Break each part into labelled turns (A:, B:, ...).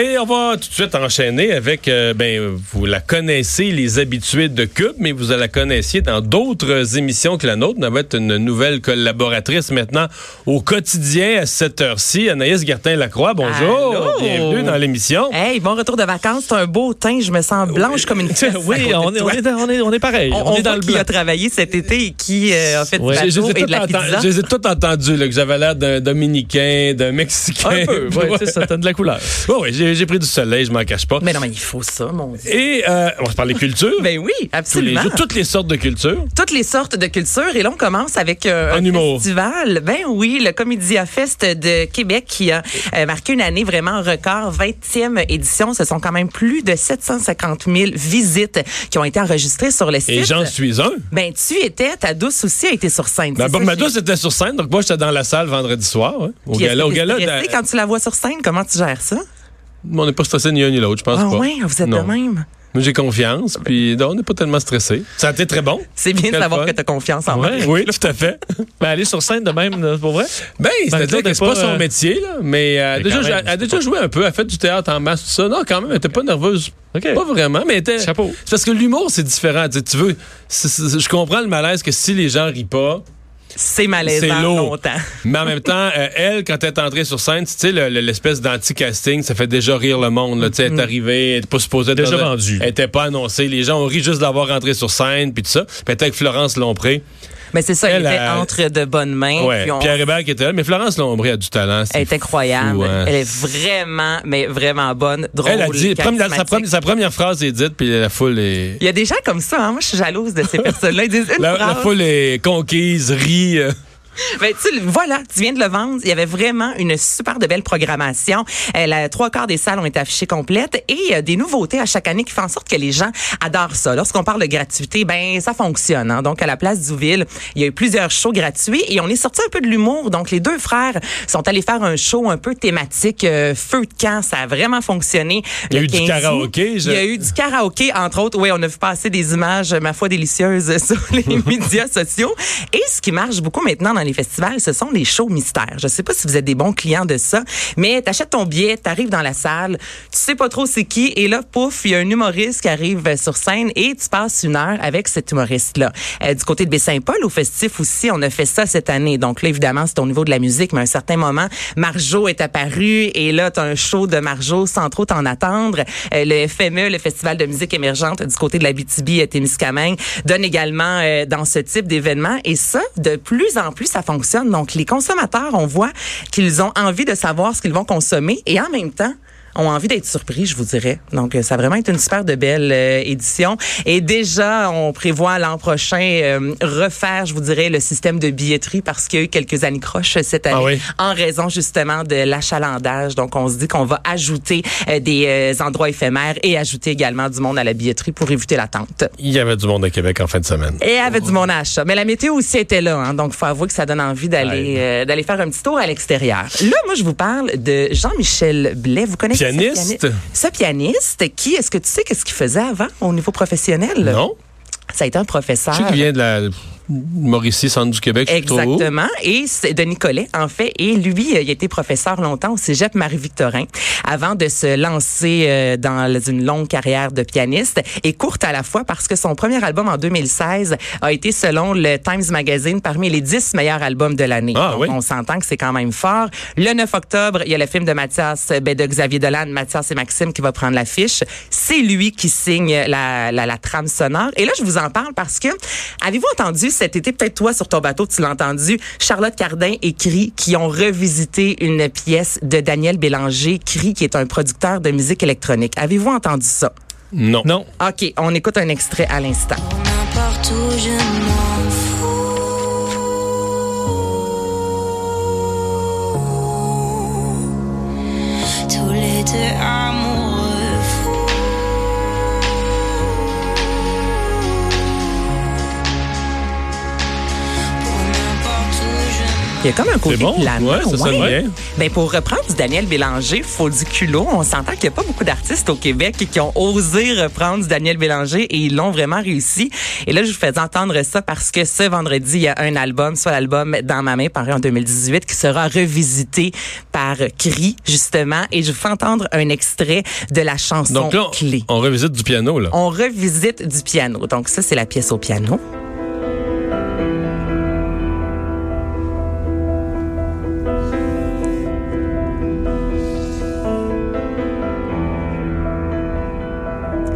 A: Et on va tout de suite enchaîner avec, euh, ben, vous la connaissez, les habitués de Cube, mais vous la connaissiez dans d'autres émissions que la nôtre. On va être une nouvelle collaboratrice maintenant au quotidien à cette heure-ci. Anaïs Gertin-Lacroix, bonjour.
B: Allô?
A: Bienvenue dans l'émission.
B: Hey, bon retour de vacances. C'est un beau teint. Je me sens blanche comme une pièce. à
C: Oui,
B: côté
C: on
B: de
C: est, on,
B: toi.
C: est, dans- on, est, on est pareil.
B: On,
C: on,
B: voit
C: est dans le
B: qui
C: blanc.
B: a travaillé cet été et qui euh, a fait
C: Ouais.
A: J'ai-
B: du
A: j'ai
B: bateau
A: tout
B: et de la
A: enten-
B: pizza.
A: je les ai tout entendus, là, que j'avais l'air d'un Dominicain, d'un Mexicain.
C: Un peu, ouais, c'est ça, t'as de la couleur.
A: Ouais, ouais, j'ai j'ai pris du soleil, je m'en cache pas.
B: Mais non, mais il faut ça, mon Dieu.
A: Et euh, on va se parler culture.
B: Ben oui,
A: tous les
B: absolument.
A: jours, toutes les sortes de culture.
B: Toutes les sortes de cultures. Et là, on commence avec euh,
A: En
B: un
A: humour.
B: festival. Ben oui, le Comédia Fest de Québec qui a euh, marqué une année vraiment record, 20e édition. Ce sont quand même plus de 750 000 visites qui ont été enregistrées sur le site.
A: Et j'en suis un. Ben,
B: Ben, tu étais, ta douce aussi a été sur scène.
A: Ma
B: C'est ça,
A: Bourmadou,
B: j'ai-
A: c'était sur scène, donc moi, j'étais dans la salle vendredi soir, hein, au
B: Puis est-ce
A: gala.
B: que
A: Au
B: t'es
A: gala
B: stressé
A: de-
B: quand tu la vois sur scène, comment tu gères ça?
A: On n'est pas stressé ni un ni l'autre, je pense
B: Ah
A: pas.
B: ouais, vous êtes
A: Non.
B: de même. Ben.
A: Mais j'ai confiance, puis non, on n'est pas tellement stressé. Ça a été très bon.
B: C'est bien de
A: Quel
B: savoir
A: fun.
B: que tu as confiance en moi.
C: Ouais.
A: Oui, tout à fait.
C: Ben, aller sur scène de même, là, c'est pour vrai.
A: Ben,
C: Marie-Claude
A: c'est-à-dire que
C: est
A: c'est pas
C: pas,
A: son
C: euh,
A: métier, là, mais, euh,
C: Mais
A: déjà,
C: quand
A: elle
C: même,
A: a
C: c'est
A: déjà joué un peu, elle a fait du théâtre en masse, tout ça. Non, quand même, elle était pas nerveuse.
C: OK.
A: Pas vraiment, mais elle était.
C: Chapeau.
A: C'est parce que l'humour, c'est différent. Tu sais, tu veux. c'est- c'est- je comprends le malaise que si les gens rient pas,
B: C'est
A: C'est
B: malaisant
A: lourd.
B: longtemps.
A: Mais en même temps, euh, elle, quand elle est entrée sur scène, tu sais, le- le- l'espèce d'anti-casting, ça fait déjà rire le monde. Là, tu sais, Elle est arrivée, elle n'était pas supposée être
C: Déjà
A: dans-
C: vendue.
A: Elle n'était pas annoncée. Les gens ont ri juste d'avoir rentré sur scène, puis tout ça. Puis elle était avec Florence Lompré.
B: Mais c'est ça,
A: Elle,
B: il était
A: elle-
B: entre de bonnes mains.
A: Ouais.
B: puis on-
A: Pierre Hébert qui était là. Mais Florence Lompré a du talent. c'est
B: Oh, Elle est incroyable.
A: fou, hein.
B: Elle est vraiment, mais vraiment bonne, drôle.
A: Elle a dit, première- sa,
B: charismatique.
A: première, sa première phrase est dite, puis la foule est.
B: Il y a des gens comme ça, hein. moi je suis jalouse de ces personnes-là. Ils disent une
A: La, la
B: phrase.
A: foule est conquise, rit. euh.
B: Ben, tu le- voilà, tu viens de le vendre. Il y avait vraiment une super de belle programmation. Euh, la, trois quarts des salles ont été affichées complètes et euh, des nouveautés à chaque année qui font en sorte que les gens adorent ça. Lorsqu'on parle de gratuité, ben ça fonctionne. hein. Donc à la place Douville, il y a eu plusieurs shows gratuits et on est sorti un peu de l'humour. Donc les deux frères sont allés faire un show un peu thématique euh, feu de camp. Ça a vraiment fonctionné.
A: Il y a
B: Le
A: eu du
B: 15 août.
A: karaoké, je-
B: Il y a eu du karaoké, entre autres. Oui, on a vu passer des images, ma foi, délicieuses sur les médias sociaux. Et ce qui marche beaucoup maintenant dans les festivals, ce sont les shows mystères. Je sais pas si vous êtes des bons clients de ça, mais t'achètes ton billet, t'arrives dans la salle, tu sais pas trop c'est qui, et là, pouf, il y a un humoriste qui arrive euh, sur scène et tu passes une heure avec cet humoriste-là. Euh, du côté de Baie-Saint-Paul, au festif aussi, on a fait ça cette année. Donc là, évidemment, c'est au niveau de la musique, mais à un certain moment, Marjo est apparu et là, t'as un show de Marjo sans trop t'en attendre. Euh, le FME, le Festival de musique émergente du côté de la BTB euh, Témiscamingue, donne également euh, dans ce type d'événement. Et ça, de plus en plus, ça fonctionne. Donc, les consommateurs, on voit qu'ils ont envie de savoir ce qu'ils vont consommer et en même temps, ont envie d'être surpris, je vous dirais. Donc, euh, ça a vraiment été une super de belle euh, édition. Et déjà, on prévoit l'an prochain euh, refaire, je vous dirais, le système de billetterie parce qu'il y a eu quelques anicroches euh, cette année
A: Ah oui.
B: en raison justement de l'achalandage. Donc, on se dit qu'on va ajouter euh, des euh, endroits éphémères et ajouter également du monde à la billetterie pour éviter l'attente.
A: Il y avait du monde à Québec en fin de semaine.
B: Et avec du monde à achat. Mais la météo aussi était là, hein, donc faut avouer que ça donne envie d'aller euh, d'aller faire un petit tour à l'extérieur. Là, moi, je vous parle de Jean-Michel Blais. Vous connaissez ce
A: Pianiste?
B: pianiste? Ce pianiste, qui est-ce que tu sais qu'est-ce qu'il faisait avant au niveau professionnel
A: Non?
B: Ça a été un professeur.
A: Je sais qu'il vient de la Mauricie, centre du Québec, je sais plus trop où.
B: Exactement. Et c'est de Nicolet, en fait. Et lui, euh, il a été professeur longtemps au cégep Marie-Victorin avant de se lancer euh, dans une longue carrière de pianiste et courte à la fois parce que son premier album en 2016 a été, selon le Times Magazine, parmi les 10 meilleurs albums de l'année.
A: Ah,
B: Donc,
A: oui.
B: On s'entend que c'est quand même fort. Le 9 octobre, il y a le film de Mathias, ben, de Xavier Dolan, Mathias et Maxime qui va prendre l'affiche. C'est lui qui signe la, la, la trame sonore. Et là, je vous en parle parce que, avez-vous entendu cet été, peut-être toi sur ton bateau, tu l'as entendu, Charlotte Cardin et Cri qui ont revisité une pièce de Daniel Bélanger, Cri qui est un producteur de musique électronique. Avez-vous entendu ça?
A: Non.
C: Non.
B: OK, on écoute un extrait à l'instant.
D: N'importe où je m'en fous. Tous les deux à
B: Il y a comme un côté
A: C'est bon,
B: planant,
A: ouais, ça sonne bien.
B: Ben, pour reprendre du Daniel Bélanger, faut du culot. On s'entend qu'il n'y a pas beaucoup d'artistes au Québec qui ont osé reprendre du Daniel Bélanger et ils l'ont vraiment réussi. Et là, je vous fais entendre ça parce que ce vendredi, il y a un album, soit l'album Dans ma main, paru en 2018, qui sera revisité par Cri, justement. Et je vous fais entendre un extrait de la chanson
A: Donc là, on-
B: clé.
A: on, revisite du piano, là.
B: On revisite du piano. Donc ça, c'est la pièce au piano.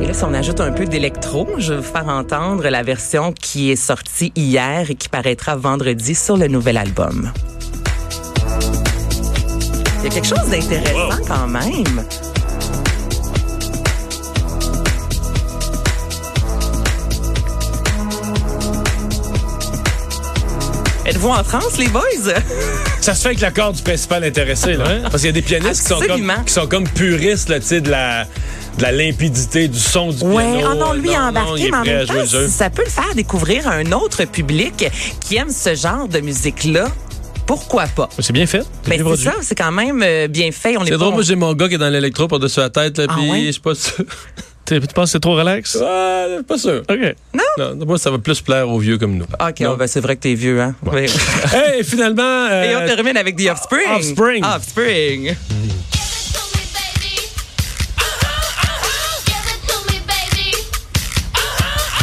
B: Et là, si on ajoute un peu d'électro, je vais vous faire entendre la version qui est sortie hier et qui paraîtra vendredi sur le nouvel album. Il y a quelque chose d'intéressant quand même. Êtes-vous en transe, les boys?
A: Ça se fait avec l'accord du principal intéressé, là. Parce qu'il y a des
B: Ah,
A: pianistes qui sont,
B: Absolument.
A: comme, qui sont comme puristes, là, tu sais, de la, de la limpidité du son du
B: Ouais,
A: piano.
B: ah non, lui il a
A: il
B: embarqué,
A: est
B: mais en
A: prêt à
B: même
A: jouer le
B: temps,
A: jeu.
B: ça peut le faire découvrir à un autre public qui aime ce genre de musique-là. Pourquoi pas?
C: C'est bien fait.
B: Ben,
C: bien
B: c'est
C: produit.
B: ça, c'est quand même euh, bien fait. On est
A: C'est
B: pas-
A: drôle, moi j'ai mon gars qui est dans l'électro par-dessus la tête, là,
B: Ah
A: puis
B: ouais?
A: je suis pas sûr.
C: T'es- Tu penses que c'est trop relax?
A: Ah, je suis pas sûr.
C: OK.
A: Non, moi ça va plus plaire aux vieux comme nous.
B: OK, oh, ben, c'est vrai que t'es vieux, hein? Oui.
A: hey, finalement, euh,
B: Et on termine avec The Offspring.
A: Offspring.
B: Offspring.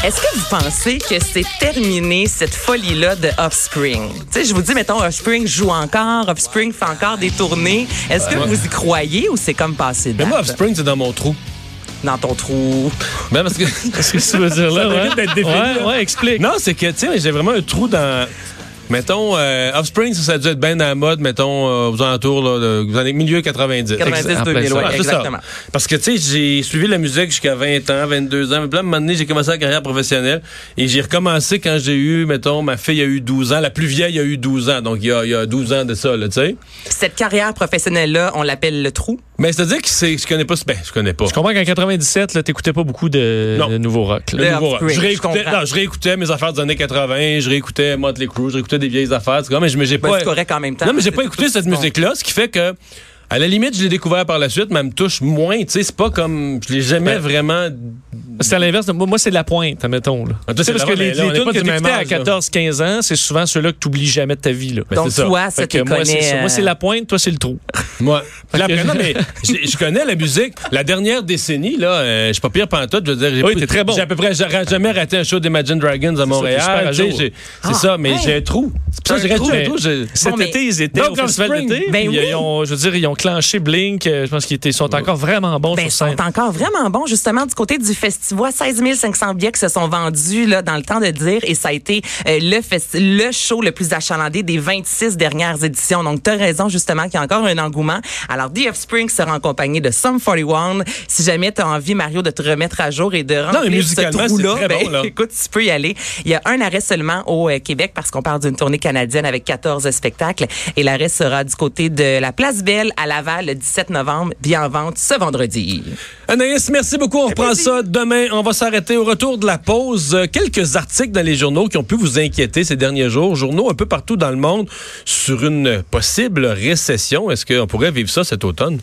B: Est-ce que vous pensez que c'est terminé cette folie-là de Offspring? Tu sais, je vous dis, mettons, Offspring joue encore, Offspring fait encore des tournées. Est-ce que vous y croyez ou c'est comme passé
A: mais
B: date?
A: moi Offspring c'est dans mon trou.
B: Dans ton trou.
A: Ben, parce que
C: Qu'est-ce que tu veux dire là?
A: mérite d'être défini,
C: ouais,
A: là.
C: ouais, explique.
A: non, c'est que tu sais, j'ai vraiment un trou dans mettons euh, Offspring ça, ça a dû être bien dans la mode mettons euh, aux alentours là, de, dans les milieux 90.
B: 90,
A: Ex- en plein
B: 2000,
A: ça.
B: ouais,
A: c'est ça.
B: exactement.
A: Parce que tu sais, j'ai suivi la musique jusqu'à 20 ans, 22 ans, mais puis là, à un moment donné, j'ai commencé la carrière professionnelle et j'ai recommencé quand j'ai eu mettons ma fille a eu 12 ans, la plus vieille a eu 12 ans, donc il y a, il y a 12 ans de ça là, tu sais.
B: Puis cette carrière professionnelle-là, on l'appelle le trou.
A: Mais c'est-à-dire que c'est je connais pas ce- ben, je connais pas.
C: Je comprends qu'en 97, là, t'écoutais pas beaucoup de,
A: Non.
C: de nouveaux rock. là.
B: Le
A: Le nouveau rock.
B: Offspring,
A: Je réécoutais,
B: je comprends.
A: non, je réécoutais mes affaires des années 80, je réécoutais Motley Crue, je réécoutais des vieilles affaires, c'est comme, mais je- mais j'ai
B: Ben,
A: pas.
B: c'est correct en même temps.
A: Non, mais j'ai
B: C'est
A: pas
B: tout
A: écouté
B: ce
A: cette
B: qu'on-
A: musique-là, ce qui fait que, à la limite, je l'ai découvert par la suite, mais elle me touche moins, tu sais, c'est pas comme, je l'ai jamais
C: Ben,
A: vraiment.
C: C'est à l'inverse. de- Moi, moi, c'est de la pointe, admettons. Là.
A: Ah, toi,
C: Tu sais,
A: c'est
C: parce que
A: vraiment-
C: les,
A: mais là,
C: les
A: on est
C: tunes
A: pas
C: que
A: du même
C: t'écoutais à
A: âge, là. Ben,
C: 14-15 ans, c'est souvent ceux-là que t'oublies jamais de ta vie. Là.
B: Donc,
A: c'est ça.
B: toi, ça
C: Fait que
B: te
C: moi, c'est
B: connaît,
C: ça. moi, c'est
B: euh,
C: la pointe, toi, c'est le trou.
A: Moi. Puis
C: que-
A: après, non, mais j'ai- je connais la musique. La dernière décennie, là, euh, je suis pas pire pantoute. Je veux dire, j'ai
C: Oui,
A: plus-
C: t'es très bon.
A: J'ai à peu près j'ai jamais raté un show d'Imagine Dragons à
C: super
A: Montréal.
C: à
A: tu sais,
C: jour.
A: j'ai- C'est
B: Ah,
A: ça, mais
B: ouais.
A: j'ai un trou. C'est pour ça que j'ai
B: T'as un
A: raté un
C: trou.
A: trou. j'ai-
C: Cet
B: mais-
C: été, ils étaient
A: Donc,
C: au festival
A: Offspring.
C: d'été.
B: Ben
C: puis euh,
B: oui.
C: Ils ont, je veux dire, ils ont clenché Blink. euh, Je pense qu'ils étaient- sont encore vraiment bons
B: Ben,
C: sur
B: ils
C: scène.
B: sont encore vraiment bons, justement, du côté du festival. 16 500 billets qui se sont vendus là, dans le temps de dire, et ça a été euh, le, fest- le show le plus achalandé des 26 dernières éditions. Donc, tu as raison, justement, qu'il y a encore un engouement. Alors, The Offspring sera en compagnie de Sum 41. Si jamais tu as envie, Mario, de te remettre à jour et de remplir
A: musicalement,
B: ce
A: c'est
B: trou-là, ben,
A: très bon, là.
B: écoute, tu peux y aller. Il y a un arrêt seulement au euh, Québec parce qu'on parle d'une tournée canadienne avec 14 spectacles. Et l'arrêt sera du côté de la Place Belle à Laval le 17 novembre, bien en vente ce vendredi.
A: Anaïs, merci beaucoup. On reprend ça demain. On va s'arrêter au retour de la pause. Euh, Quelques articles dans les journaux qui ont pu vous inquiéter ces derniers jours. Journaux un peu partout dans le monde sur une possible récession. Est-ce qu'on pourrait vivre ça cet automne?